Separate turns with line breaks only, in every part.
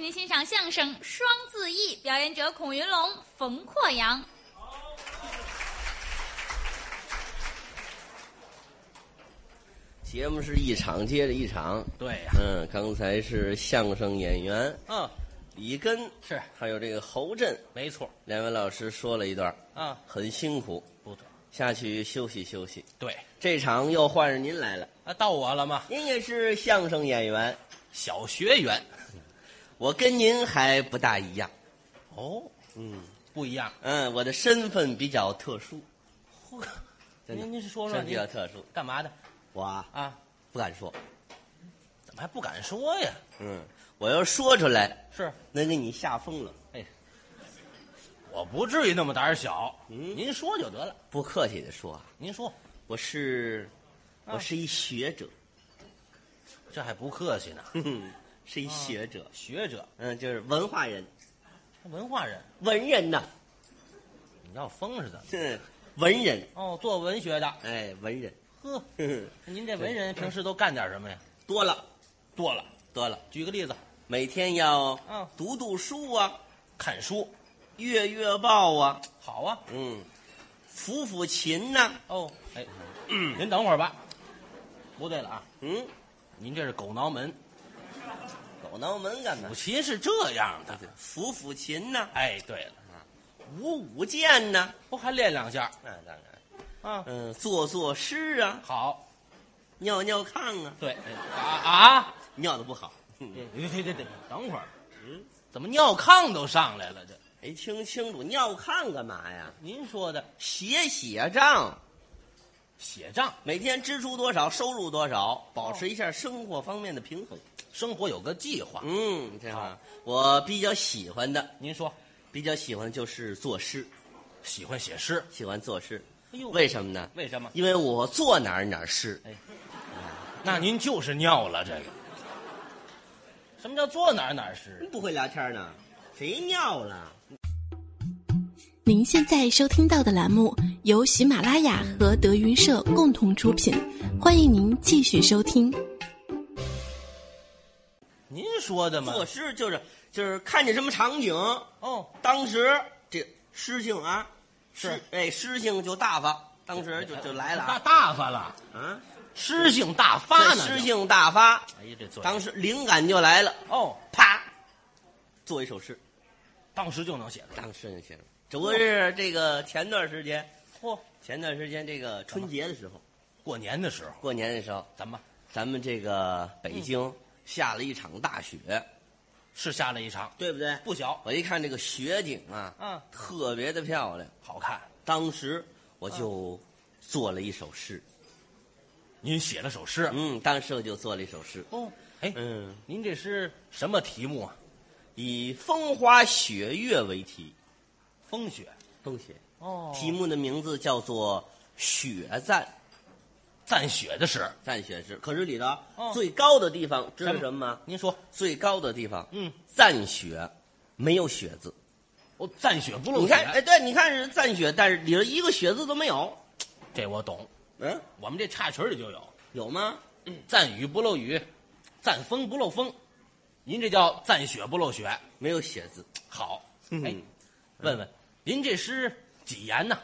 您欣赏相声《双字艺》，表演者孔云龙、冯阔阳。
节目是一场接着一场，
对呀、
嗯，刚才是相声演员
嗯，
李根，
是
还有这个侯震，
没错，
两位老师说了一段，
啊，
很辛苦，
不对，
下去休息休息。
对，
这场又换上您来了，
啊，到我了吗？
您也是相声演员，
小学员，
我跟您还不大一样，
哦，
嗯
不一样，
嗯，我的身份比较特殊，
嚯
真的
您您是说
身
说
份比
您
较特殊，
干嘛的
我啊
啊？
不敢说，
怎么还不敢说呀？
嗯，我要说出来，
是，
能给你吓疯了，
哎，我不至于那么胆儿小，
嗯
您说就得了，
不客气的说啊，
您说，
我是，
啊
我是一学者。
这还不客气呢。
嗯，是一学者，
学者，
嗯，就是文化人，
文化人，
文人呐，
你要疯是怎么？
哼文人，
哦，做文学的，
哎，文人，
呵，
哼哼
您这文人平时都干点什么呀？
多了
多了，
多了，
举个例子，
每天要
嗯
读读书啊，
看书，
阅阅报啊，
好啊，
嗯，抚抚琴呐、
哦，哎，您等会儿吧。不对了啊，
嗯，
您这是狗挠门，
狗挠门干嘛
古？琴是这样的。
抚抚琴呐、
哎，对了，
舞舞剑呐、
不还练两下
那当然，
啊？
嗯，做做诗啊，
好，
尿尿炕啊，
对，哎啊啊，
尿的不好，嗯哼
对对对对，等会儿，
嗯，
怎么尿炕都上来了？这
没听哎清楚，尿炕干嘛呀？
您说的
写写账。
写账，
每天支出多少，收入多少，保持一下生活方面的平衡。
生活有个计划。
嗯，这样啊，我比较喜欢的，
您说
比较喜欢就是作诗，
喜欢写诗，
喜欢作诗。
哎呦
为什么呢？
为什么？
因为我坐哪儿哪儿诗。
那您就是尿了这个。什么叫坐哪儿哪儿诗？
不会聊天呢，谁尿了？
您现在收听到的栏目由喜马拉雅和德云社共同出品，欢迎您继续收听。
您说的吗？
作诗就是就是看见什么场景，
哦，
当时这诗性啊，
是
诗哎诗性就大发，当时就就来了
大
啊
大发了。
啊，
诗性大发呢？
诗，性大发，
哎呀，这嘴
当时灵感就来了，
哦，
啪，做一首诗。
当时就能写出来。
当事人写的，只不过是这个前段时间，
嚯、
前段时间这个春节的时候，
过年的时候，
过年的时候，
咱们
咱们这个北京下了一场大雪，
是下了一场，
对不对？
不小，
我一看这个雪景啊，
嗯
特别的漂亮。
好看。
当时我就做了一首诗，
您写了首诗，
嗯，当时我就做了一首诗，
哦，哎，
嗯，
您这是什么题目啊？
以风花雪月为题，
风雪
风雪。
哦
题目的名字叫做《雪赞
赞雪的诗。
赞雪诗》，可是里头
哦
最高的地方知道
什么
什么吗？
您说，
最高的地方，
嗯，
赞雪，没有雪字。
哦，赞雪不露
你
雪，
看，哎，对，你看是赞雪，但是里头一个雪字都没有。
这我懂。
嗯，
我们这插曲里就有
有吗？
“赞雨不漏雨，赞风不漏风”，您这叫赞雪不漏雪。
没有雪字。
好，
嗯
哎，问问您这诗几言呢？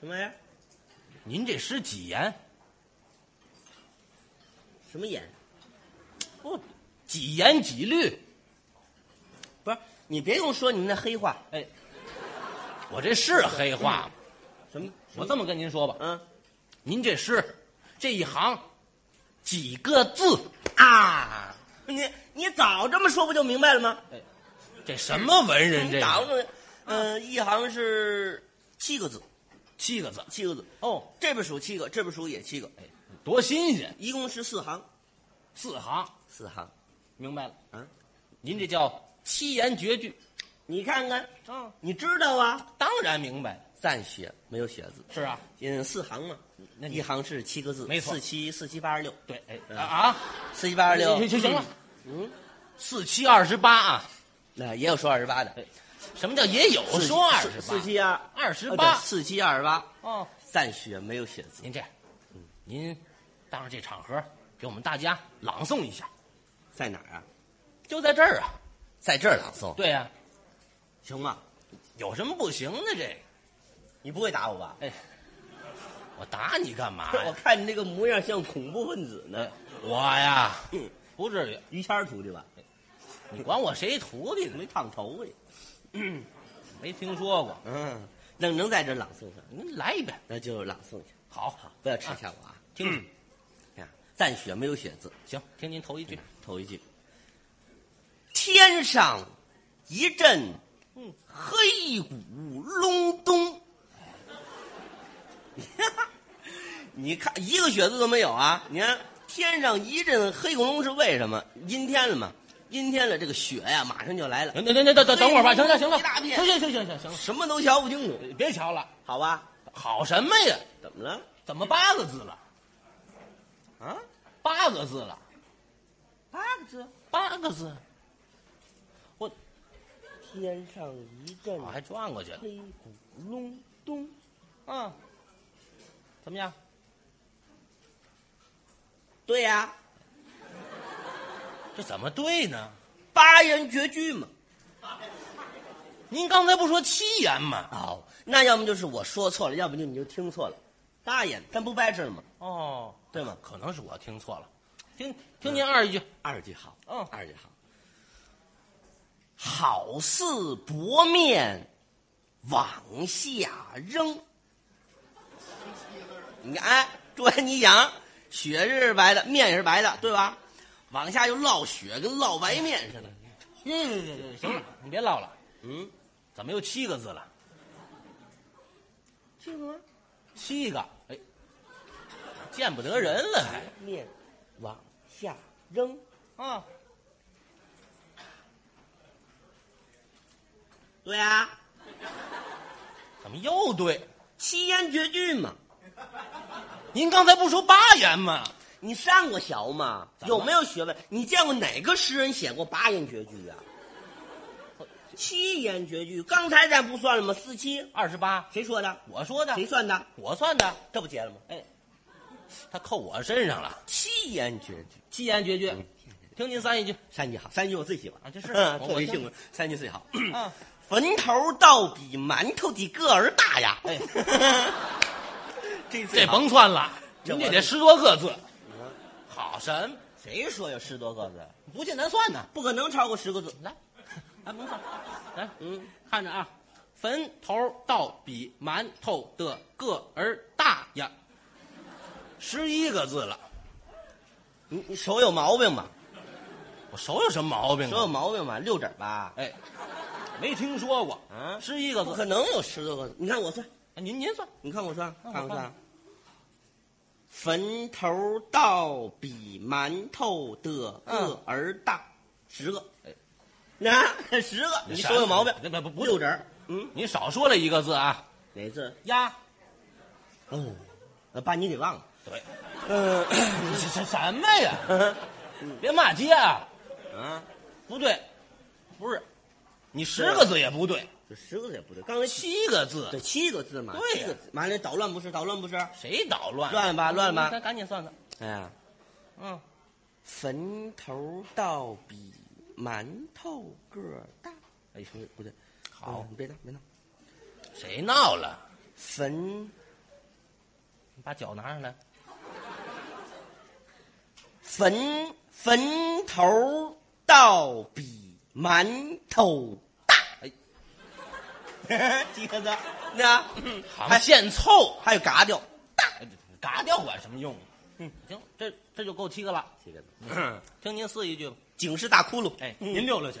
什么呀？
您这诗几言？
什么眼？
不，哦几言几律？
不是，你别用说您的黑话。
哎，我这是黑话吗？
什么？
我这么跟您说吧，
嗯
您这诗这一行几个字？
啊，你你早这么说不就明白了吗？
这什么文人这
你早
个？
这么，嗯、一行是七个字，
七个字
七个字，
哦，
这边数七个，这边数也七个，
哎，多新鲜！
一共是四行，
四行，
四行。
明白了。
嗯，
您这叫七言绝句
你看看，
啊，
你知道啊？
当然明白了。
赞雪没有雪字。
是啊，
嗯，四行嘛，
那你
一行是七个字，
没错
四七四七八十六，
对，哎
嗯
啊啊，
四七八十六，
行行行了，
嗯，
四七二十八啊。
那也有说二十八的，
哎，什么叫也有
四七
说二
四
十八
四？七二
二十
呃
八
对四七二十八，
哦，
暂学没有写字，
嗯您这样，您当着这场合给我们大家朗诵一下，
在哪儿啊？
就在这儿啊。
在这儿朗诵，
对呀、
行吗？
有什么不行的？这
你不会打我吧？
哎，我打你干嘛
我
呀？
看你这个模样像恐怖分子呢。
我呀，
哼，
不至于，
于谦儿徒弟吧？
你管我谁徒弟呢？
没烫头发。
没听说过，
嗯，那能在这儿朗诵一下，
您来一遍，
那就朗诵一下，
好，嗯
不要耻笑我啊！
听听。
呀，啊暂雪没有雪字，
行，听您头一句。
头一句。天上一阵
嗯
黑鼓隆咚， 你看一个雪字都没有啊！你看天上一阵黑咕隆是为什么？阴天了嘛，阴天了，这个雪呀、马上就来了，
等等等等等等会儿吧，
黑
行
咕隆
了行了，
一大片
行行行行行行了，
什么都瞧不清楚，
别瞧了，
好吧？
好什么呀？
怎么了？
怎么八个字了？
啊，
八个字了，
八个字，
八个字，
天上一阵
我还转过去了。
黑咕隆啊咚，
嗯，怎么样？
对呀、
这怎么对呢？
八言绝句嘛。
您刚才不说七言吗？
哦，那要么就是我说错了，要不就你就听错了。大爷，咱不掰扯了吗？
哦，
对吗？
可能是我听错了。听听您二一句，
二句好，
嗯
二句好。哦好似薄面往下扔，你看，哎，诸位，你想，雪是白的，面也是白的，对吧？往下又落雪，跟落白面似的。
嗯，行了，你别唠了。
嗯，
怎么又七个字了？
这个
七个，哎，见不得人了还。
面往下扔，
啊，
对啊，
怎么又对？
七言绝句嘛。
您刚才不说八言吗？
你上过学吗？
怎么
有没有学问？你见过哪个诗人写过八言绝句啊？七言绝句，刚才咱不算了吗？四七，
二十八，
谁说的？
我说的，
谁算的？
我算的，
这不结了吗？
他扣我身上了。
七言绝句，
七言绝句，听您三一句。
三句好，三句我最喜欢
啊 这是我
特别
我
幸福，三句最好。
啊，
坟头倒比馒头的个儿大呀！
哎，
这最
这
好
甭算了，
这
您
我
这得十多个字。好神，
谁说有十多个字？
不见咱算呢。
不可能超过十个字。
来，来甭算，哎来，
嗯，
看着啊，坟头倒比馒头的个儿大呀，十一个字了。
你你手有毛病吧？
我手有什么毛病
手有
啊？
毛病吧？六指吧？
哎，没听说过
啊
十一个
不可
字，哎
能有十多个字。你看我算。
您您算。
你看我算，
嗯
看我
我看
算。坟头倒比馒头的个
嗯
儿大，十个。
哎
那、 十个，你手有毛病。
不不不
六指儿，嗯，
您少说了一个字啊，
哪字？
呀，
哦，呃把你给忘了。
对，
嗯、
这这什么呀？别骂街啊！
啊，
不对，不是，你十个字也不对，
这十个字也不对，刚才七
七个
这
字，
七个字嘛，
对呀
七个字，完了捣乱不是捣乱不是？
谁捣乱？
乱吧乱吧
咱赶紧算算，
哎呀，
嗯，
坟头倒比馒头个儿大。哎，不对不对，
好
嗯你别闹别闹，
谁闹了？
坟
你把脚拿上来，
坟坟头倒比馒头大，哎， 几个字？那
还
还
现凑，
还有嘎掉，
哎嘎掉管什么用？嗯，行，这这就够七个了。
几个字？
听您四一句吧。
警示大窟窿。
嗯哎，
嗯
您溜溜去，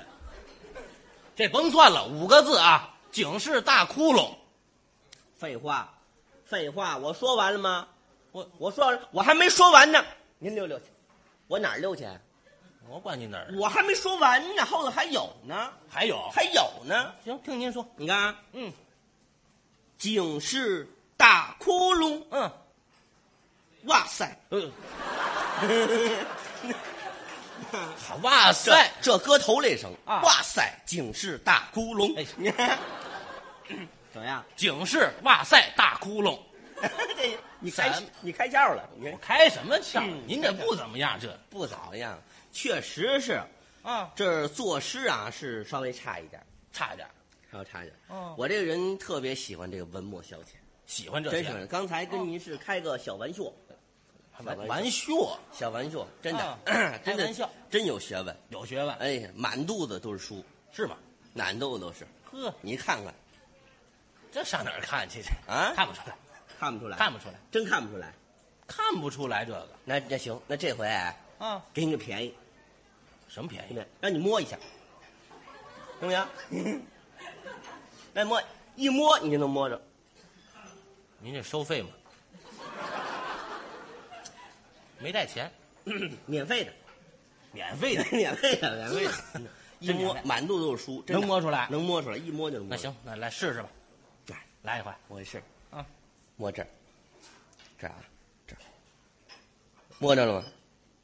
这甭算了，五个字啊，警示大窟窿。
废话，废话，我说完了吗？
我
我说完了，我还没说完呢。您溜溜去，我哪儿溜去？啊
我管你哪儿呢？
我还没说完呢，后头还有呢，
还有，
还有呢。
行，听您说。
你看啊，
嗯
警示大窟窿，
嗯，
哇塞！
呃，好哇塞，
这歌头了一声
啊
哇塞，警示大 窟窿
哎，
你看怎么样？
警示哇塞大窟窿，
这你开
咱
你开窍了，你
我开什么窍？
嗯
您这不怎么样，这
不怎么样，确实是，
啊，
这儿作诗啊是稍微差一点儿，
差一点儿，
稍微差一点儿。
哦
我这个人特别喜欢这个文墨消遣，
喜欢这
真
些
是。刚才跟您是开个小玩笑，
玩
小
玩笑，
小玩笑，真的
啊，
真
开
的
玩笑，
真有学问。
有学问，
哎呀，满肚子都是书，
是吧？
满肚子都是。
呵，
你看看，
这上哪儿看去去
啊
看不出来，
看不出来，
看不出来，
真看不出来。
看不出来这个
那那行，那这回
啊，
给你个便宜，
什么便
兄
宜
弟？，让你摸一下，行不行？来摸，一摸你就能摸着。
您这收费吗？没带钱，
免费的，。
免费的
免费的，免费的。一
真免
摸
费
满肚子都是书，真的
能摸出来
能摸出来，一摸就能摸。
那，行，那来试试吧，
来，
来一回。
我也试。
啊，
摸这儿，这儿啊，这儿，摸着了吗？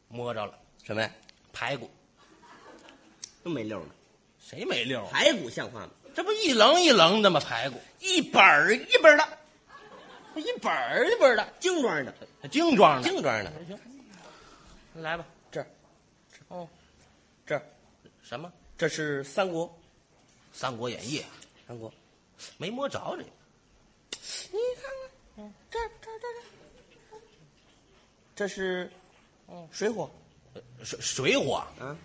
摸着了，
什么呀？
排骨，
都没溜呢。
谁没溜啊？
排骨像话吗？
这不一棱一棱的吗？排骨，
一本儿一本儿的，
一本儿一本儿的，
精装的，
精装的。哎
精装的。
行，来吧。
这儿，
哦，
这儿，
什么《
这是三国，
三国演义》
三国。
没摸着这个，
你看看，这儿这儿这儿这儿，这是，水浒
呃水水浒，
啊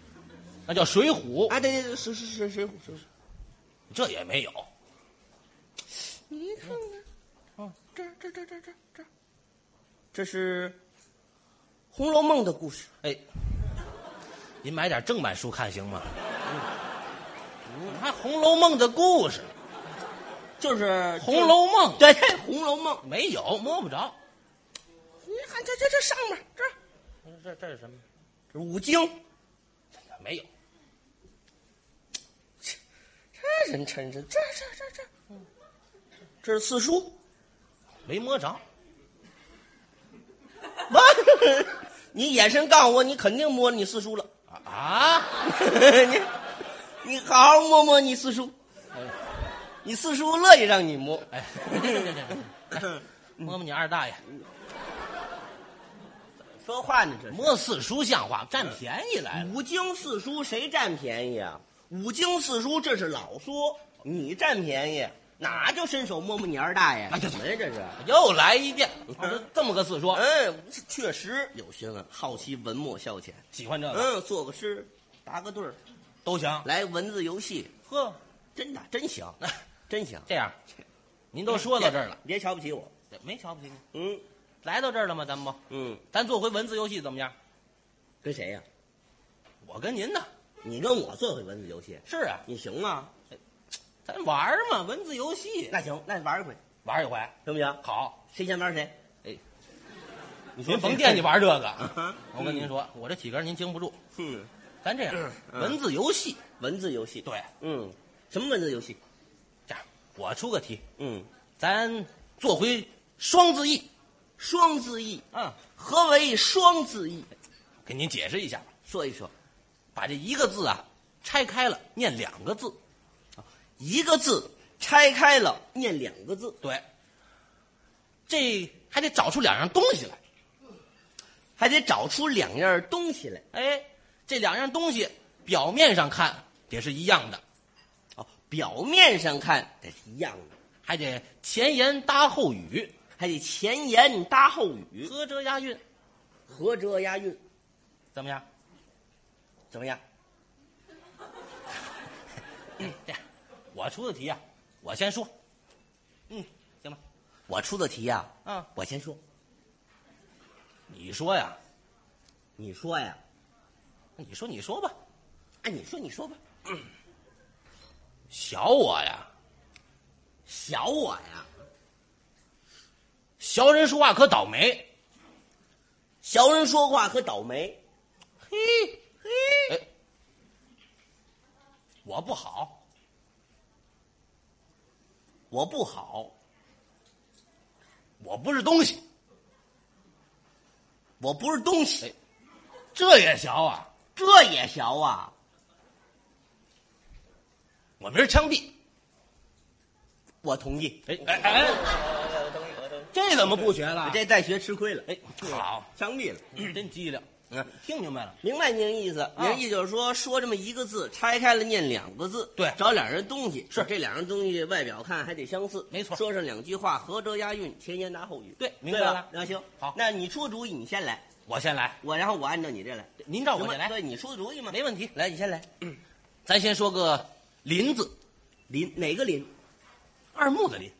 那叫水浒，
啊，对对对，水水水水浒水浒。
这也没有。
你看看，哦，这儿这儿这儿这儿这儿这儿，这是《红楼梦》的故事。
哎，您买点正版书看行吗？嗯，还《红楼梦》的故事，
就是《
《红楼梦》
对，《红楼梦》。
没有，摸不着。
你看这这这上面这儿
这这是什么？
这五经，
啊没有，
这人真是这这这这，这是四书。
没摸着。啊
不，你眼神告诉我，你肯定摸你四书了。
啊啊！
你你好好摸摸你四叔，你四叔乐意让你摸。
哎，摸摸你二大爷，
说话呢这是
摸四叔像话，占便宜来了。
五经四书谁占便宜啊？五经四书这是老说，你占便宜，哪就伸手摸摸你二大爷？
哎对对
什么呀这是？
又来一遍，这么个四叔，
嗯，确实有学问，好奇文墨消遣。
喜欢这个
嗯，做个诗，答个对儿，
都行。
来文字游戏，
呵，
真的真行，真行。
这样，您都说到这儿了，
别，别瞧不起我。
没瞧不起你。
嗯
来到这儿了吗？咱们不，
嗯，
咱做回文字游戏怎么样？
跟谁呀、
我跟您呢？
你跟我做回文字游戏，
是啊，
你行吗？
咱玩儿嘛，文字游戏
那行，那玩一回，
玩一回，
行不行？
好。
谁先玩谁？
哎，
你
您甭惦记玩这
啊
个，
哈！
我跟您说，我这体格您经不住。
嗯，
咱这样
嗯，嗯
文字游戏，
文字游戏，
对，
嗯，什么文字游戏？
这样我出个题，
嗯，
咱做回双字义，
双字义。
嗯，
何为双字义？
给您解释一下吧。
说一说，
把这一个字啊拆开了念两个字，
一个字拆开了念两个字，
对，这还得找出两样东西来。
还得找出两样东西来。
哎，这两样东西表面上看得是一样的，
哦，表面上看这是一样的，
还得前言搭后语，
还得前言搭后语，
合辙押韵，
合辙押韵，
怎么样？
怎么样？
这样，我出的题啊，我先说，嗯，行吧，
我出的题呀、
嗯
我先说，
你说呀，
你说呀。
你说你说吧，
哎，你说，你说吧。
小我呀，
小我呀，
小人说话可倒霉，
小人说话可倒霉。
嘿，嘿，哎，我不好，
我不好，
我不是东西，
我不是东西，
哎这也小啊，
这也小啊！
我明儿枪毙，
我同意。
哎哎哎，哎
我同意，我同意。
这怎么不学了？
这再学吃亏了，哎，
好，
枪毙了。
真机灵，
嗯，
听明白了。
明白您的意思，
嗯
您的意思就是说，说这么一个字，拆开了念两个字，
对
找两人东西，是这两人东西外表看还得相似，
没错
说上两句话，合辙押韵，前言搭后语，
对
吧
明白了
那行，
好
那你出主意，你先来，
我先来，
我然后我按照你这来，
您照我
行吗
这来，
对，你出的主意嘛，
没问题。
来，你先来，
咱先说个林字，
林哪个林？
二木的林。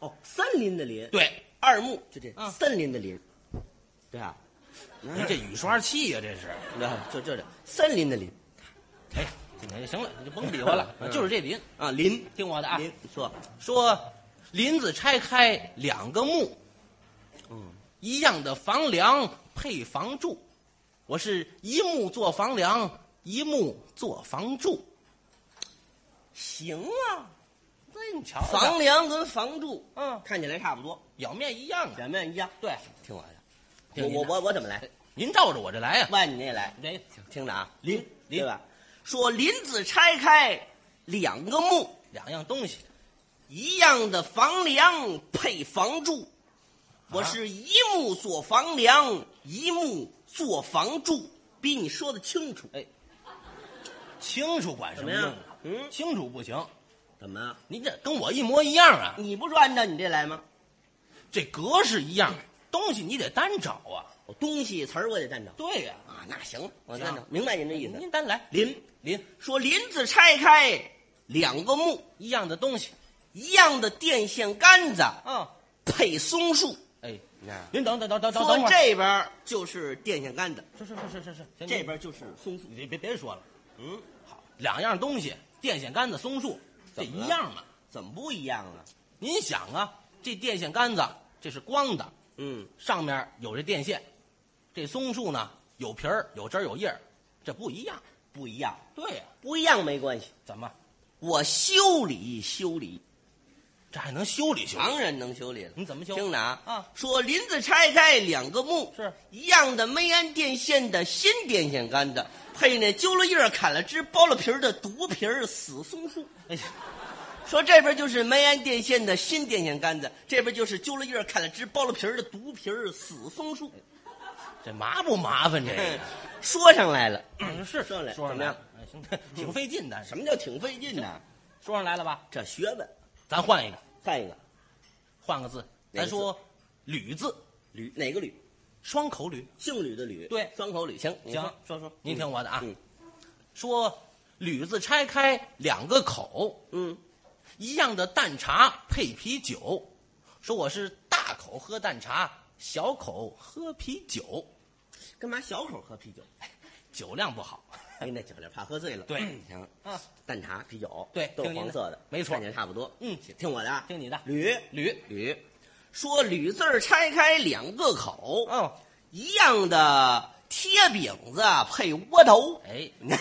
哦，三林的林，，
对，
二木就这
嗯
三林的林，对啊，
您这雨刷器呀、这是。
啊就就这三林的林
哎，今天行了，你就甭比划了，
嗯
就是这林。
啊，林
听我的啊，
林不错，
说林子拆开两个木，
嗯，
一样的房梁配房柱，我是一木做房梁，一木做房柱。
行啊，
这你瞧，
房梁跟房柱，
嗯
看起来差不多。
表面一样啊。
两面一样，
对，
听我的。
听
我
您的
我我我怎么来？
您照着我这来呀、啊
万你也来，
这
听着啊，
林
对
林
吧？说林子拆开两个木，
两样东西，
一样的房梁配房柱，我是一木做房梁，一木做房柱，比你说的清楚。
哎清楚管什么用啊？
怎么样嗯
清楚不行，
怎么？啊
您这跟我一模一样啊。
你不是按照你这来吗？
这格式一样，东西你得单找啊。
我哦东西词儿我得占着
对呀、
啊，那行，我啊
行
占着，明白您的意思。
您单来，
林
林
说林子拆开两个木，
一样的东西，
一样的电线杆子，
啊，
配松树。
哎，
啊
您等等等等等
说
等会儿，
这边儿就是电线杆子，
是是是是是是，行
这边儿就是松树。
你别别别说了，
嗯，
两样东西，电线杆子、松树，这
怎么了
一样嘛。
怎么不一样啊？
您想啊，这电线杆子这是光的，
嗯，
上面有这电线，这松树呢有皮儿、有枝儿、有叶儿，这不一样。
不一样，
对呀、
不一样没关系。
怎么
我修理修理，
这还能修理修理？
当然能修理了。
你嗯怎么修
听着啊，
啊
说林子拆开两个木，
是
一样的没安电线的新电线杆子，配那揪了叶儿、砍了枝、剥了皮儿的毒皮儿死松树。
哎呀，
说这边就是没安电线的新电线杆子，这边就是揪了叶儿、砍了枝、剥了皮儿的毒皮儿死松树。
这麻不麻烦这
嗯
个？
说上来了，
哎嗯是
上来
说
怎
上
么
来
样
了，哎行，挺费劲的。
什么叫挺费劲呢？
说上来了吧？
这学问。
咱换一个，
看一个，
换个字，
哪个
咱
字
说“吕”字，
吕哪个吕？
双口吕。
姓吕的吕。
对
双口吕。行你
行
说说说，
您听我的啊，
嗯
说“吕”字拆开两个口，
嗯，
一样的淡茶配啤酒。说我是大口喝淡茶，小口喝啤酒，
干嘛小口喝啤酒？
酒量不好。
哎，那酒量怕喝醉了。
对
嗯行
啊，
淡茶啤酒，
对
都是
听您
黄
的
色的，
没错
看起来差不多。
嗯
行听我的啊，
听你的
吕
吕，
吕，说吕字儿拆开两个口，
哦，
一样的贴饼子配窝头。
哎，您等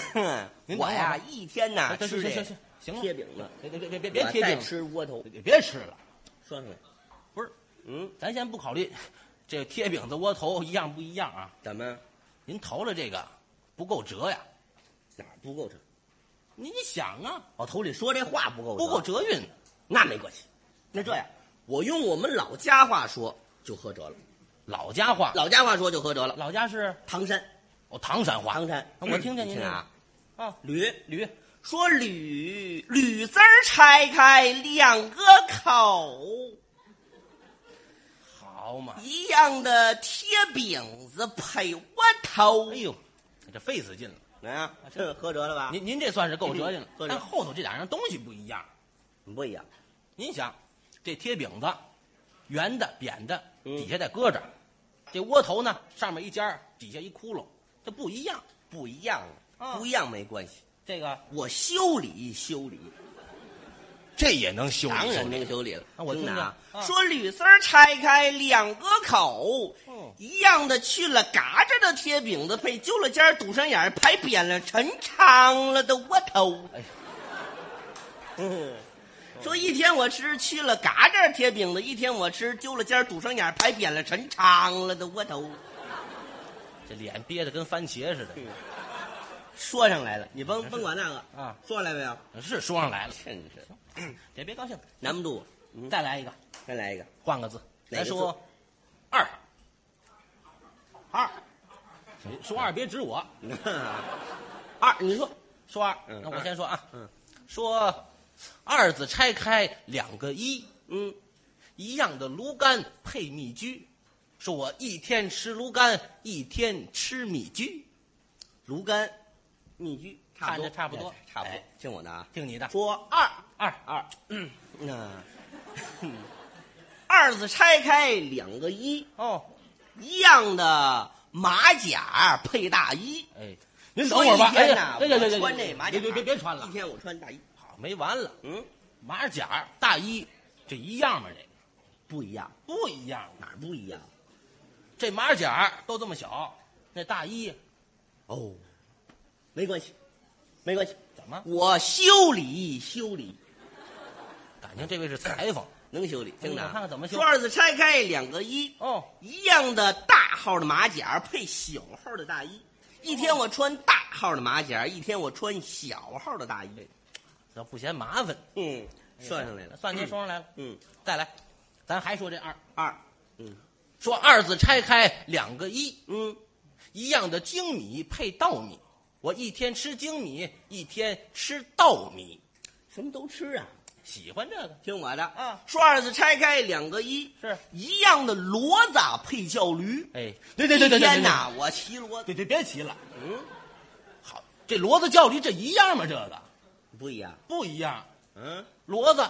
会
我
儿
呀
啊
一天呐
行
吃
行
这
行
个
行行了，
贴饼子，
别别别别别
我
贴
再
饼，
吃窝头，
别别吃了，
说出来。
不是，
嗯，
咱先不考虑这贴饼子窝头一样不一样啊。
怎么
您投了这个不够折呀？
哪儿不够折？
您想啊，
我头里说这话不够折，
不够折运，
那没关系。那这样，我用我们老家话说就合辙了。
老家话，
老家话说就合辙了。
老家是
唐山，
哦唐山话，
唐山，
我听见
你
您
听啊，
啊，
吕
驴
说吕吕字儿拆开两个口，
好嘛，
一样的贴饼子配窝头。
哎，呦，这费死劲了。
怎么样？这合辙了吧？
您您这算是够折运了
啊嗯，够折
但后头这两样东西不一样。
不一样，
您想，这贴饼子，圆的扁的，
嗯
底下再搁着，这窝头呢，上面一尖儿，底下一窟窿，这不一样。
不一样，
啊
不一样没关系。
这个
我修理修理，
这也能修
当然能修理了。
啊我听着
着啊
啊
说铝丝儿拆开两个口
嗯，
一样的去了嘎着的贴饼子配揪了尖儿堵上眼儿排扁了抻长了的窝头。
哎呀
嗯说一天我吃去了嘎着贴饼子，一天我吃揪了尖儿堵上眼儿排扁了抻长了的窝头。
这脸憋得跟番茄似的。
说上来了，你甭甭管那个
啊
说上来没有？
是说上来了，
真是嗯
别别高兴，
难不住我。
再来一个，
再来一个，
换个字，
哪个
咱
字
说二，二，谁说二别指我，
嗯二，你说
说二，
嗯
那我
二
先说啊，
嗯，
说二字拆开两个一，
嗯，
一样的芦柑配蜜桔，说我一天吃芦柑，一天吃米桔，
芦柑、蜜桔，差不多，
看着差不多
哎差不多
哎。
听我的啊，
听你的，
说二
二
二，嗯，那二字拆开两个一，
哦，
一样的马甲配大衣。
哎，您
所
等
以
会儿吧，
一
哎
天
呀
呐，
哎呀呀
我
呀，
穿这马甲，
别别别别穿了
一，天我穿大衣，
好没完了，
嗯，
马甲大衣这一样吗？这个
不一样，
不一样啊，
哪儿不一样？
这马甲都这么小，那大衣
哦，没关系，没关系，
怎么？
我修理修理，
感情这位是裁缝
能修理，听着啊，
哎我看看怎么修
说二字拆开两个一，
哦，
一样的大号的马甲配小号的大衣。一天我穿大号的马甲，一天我穿小号的大衣。
这不嫌麻烦，
嗯，算上来了，
哎算您说上来了。
嗯，
再来，咱还说这二，
二，嗯
说二字拆开两个一，
嗯，
一样的精米配稻米，我一天吃精米，一天吃稻米，
什么都吃啊。
喜欢这个。
听我的
啊
说二字拆开两个一，
是
一样的骡子配叫驴。
哎，
一天呐，我骑骡子
别别别骑了，
嗯，
好，这骡子叫驴这一样吗？这个
不一样，
不一样，
嗯，
骡子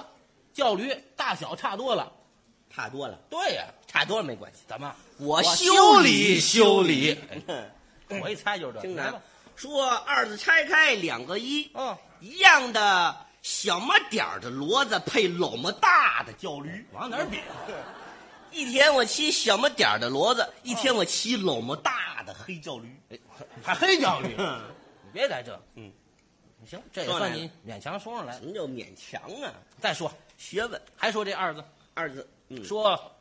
叫驴大小差多了。
差多了，
对呀、
差多了没关系。
怎么？
我
修
理
修
理嗯哎
理，我一猜就是这个。
听
来
着
吧，，
说二字拆开两个一，
嗯，
一样的小么点儿的骡子配老么大的叫驴。
哎往哪儿比？啊
一天我骑小么点儿的骡子，一天我骑老么大的黑叫驴。
哎
嗯
还黑 脚驴？
哼
你别来这，
嗯，
行，这也
说上
算
来
你勉强说上来
什。么叫勉强啊？
再说，
学问
还说这二字，
二字，嗯，
说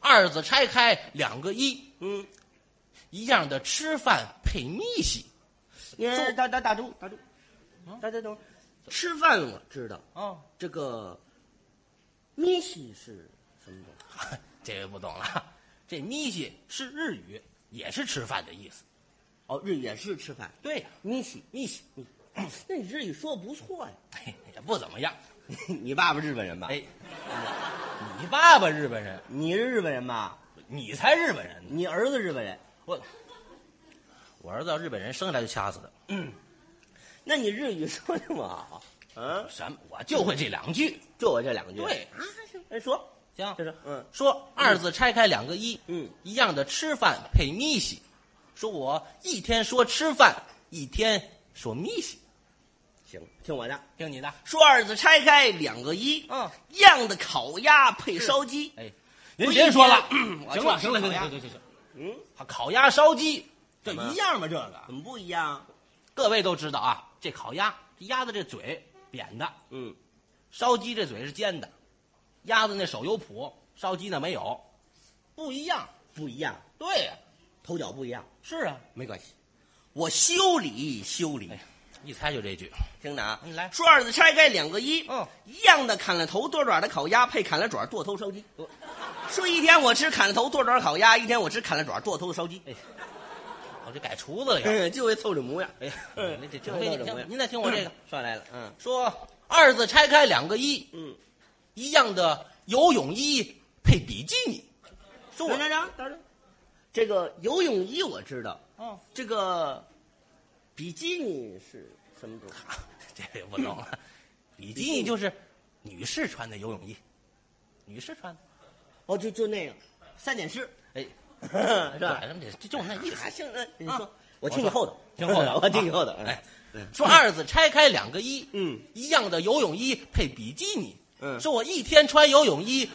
二字拆开两个一，
嗯，
一样的吃饭配米稀
你打打打住打住，大家等会儿，吃饭我知道，
哦，
这个咪西是什么东西？
这个不懂了。这米稀是日语，也是吃饭的意思。
哦，日也是吃饭，
对呀、
咪西咪西，咪西那你 日语说的不错呀。
嘿也不怎么样。
你爸爸日本人吧？
哎，你爸爸日本人，
你是日本人吧？
你才日本人呢。
你儿子日本人，
我我儿子要日本人生下来就掐死的，
那你日语说这么好，嗯，
什么我就会这两句。
就我这两句。
对
啊，哎，说
行，
这是嗯
说二字拆开两个一，
嗯，
一样的吃饭配米稀，说我一天说吃饭，一天说米稀，
行，听我的。
听你的，
说二字拆开两个一，
嗯，
一样的烤鸭配烧鸡，
哎，您
不
别
一
说了，
天
行
我
了，
就
行
吃
了，行了，
烤
行
鸭
了，行行行，
嗯，
好烤鸭烧鸡这
怎么
一样吗？这个
怎么不一样？
各位都知道啊，这烤鸭，这鸭子这嘴扁的，
嗯，
烧鸡这嘴是尖的，鸭子那手有蹼，烧鸡那没有，不一样。
不一样，
对呀、
头脚不一样，
是啊，
没关系。我修理修理，
哎一猜就这句，
听着啊，
你嗯来
说二字拆开两个一，
嗯，
一样的砍了头剁爪的烤鸭配砍了爪剁头烧鸡。
呃
说一天我吃砍了头剁爪烤鸭，一天我吃砍了爪剁头烧
哎
鸡，
我这改厨子了又。
嗯， 就会凑这模样。
哎 呀，
嗯
那这
就
这
会
回
凑
您
这模样
听，您再听我这个，
上来了，嗯
说二字拆开两个一，
嗯，
一样的游泳衣配比基尼，说我
等等等等等，这个游泳衣我知道，
哦，
这个比基尼是什么东西？
这个也不 懂了，比基尼就是女士穿的游泳衣，女士穿的，
哦，就就那个三点式，
哎，
是吧
管？什么这这就是那意
还
思。
行，嗯你
啊
说，我听你后头，
听后 头
我听你后头。
啊
嗯
哎
嗯
说二字拆开两个一，
嗯，
一样的游泳衣配比基尼，
嗯
说我一天穿游 泳衣，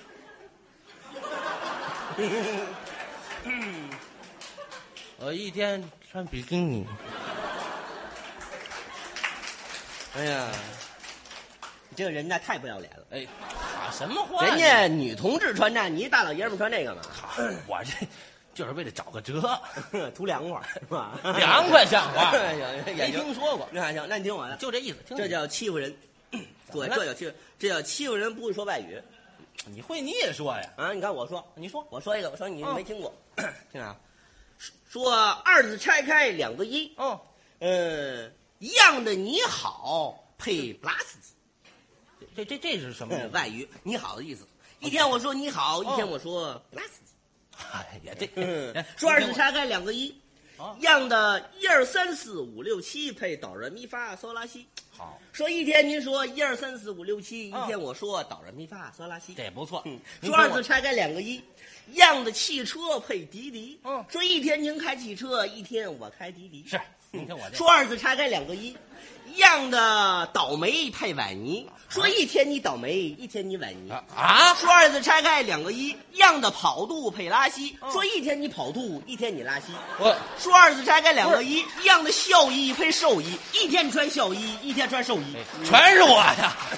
我一天穿比基尼，
哎呀，你这个人呐，太不要脸了。
哎，啊什么话？
人家女同志穿这，你一大老爷们儿穿这个嘛，
好，我这就是为了找个辙，
图凉快是吧？
凉快像话
哎呀
没
也就
听说过，
那还行，那你听我的，
就这意思。听
这
你
叫欺负人。对，
怎么了
这叫欺负，这叫欺负人，不会说外语。
你会你也说呀？
啊，你看我说，
你说
我说一个，我说你
嗯
没听过， 听啊，说二字拆开两个一，
哦，
呃，一样的你好配
嗯
plus
这这这是什么
外语你好的意
哦
思。一天我说你好，一天我说 plus。
哎呀，这
嗯
哎，
说二字拆开两个一
哦，
一样的一二三四五六七配哆来咪发嗦拉西。
好，
说一天您说一二三四五六七，一
嗯
天我说哆来咪发嗦拉西。
这也不错
嗯。
您
说二
我
字拆开两个一，一样的汽车配滴滴。
嗯
说一天您开汽车，一天我开滴滴。
是，您听我这
说二字拆开两个一，一样的倒霉配崴
哦
泥。说一天你倒霉，一天你崴泥。
啊啊，
说二字拆开两个一，一样的跑肚配拉稀。说一天你跑肚，一天你拉稀。
我
说二字拆开两个一，
哎
一样的孝衣配寿衣。一天穿孝衣，一天穿寿衣。
全是我的。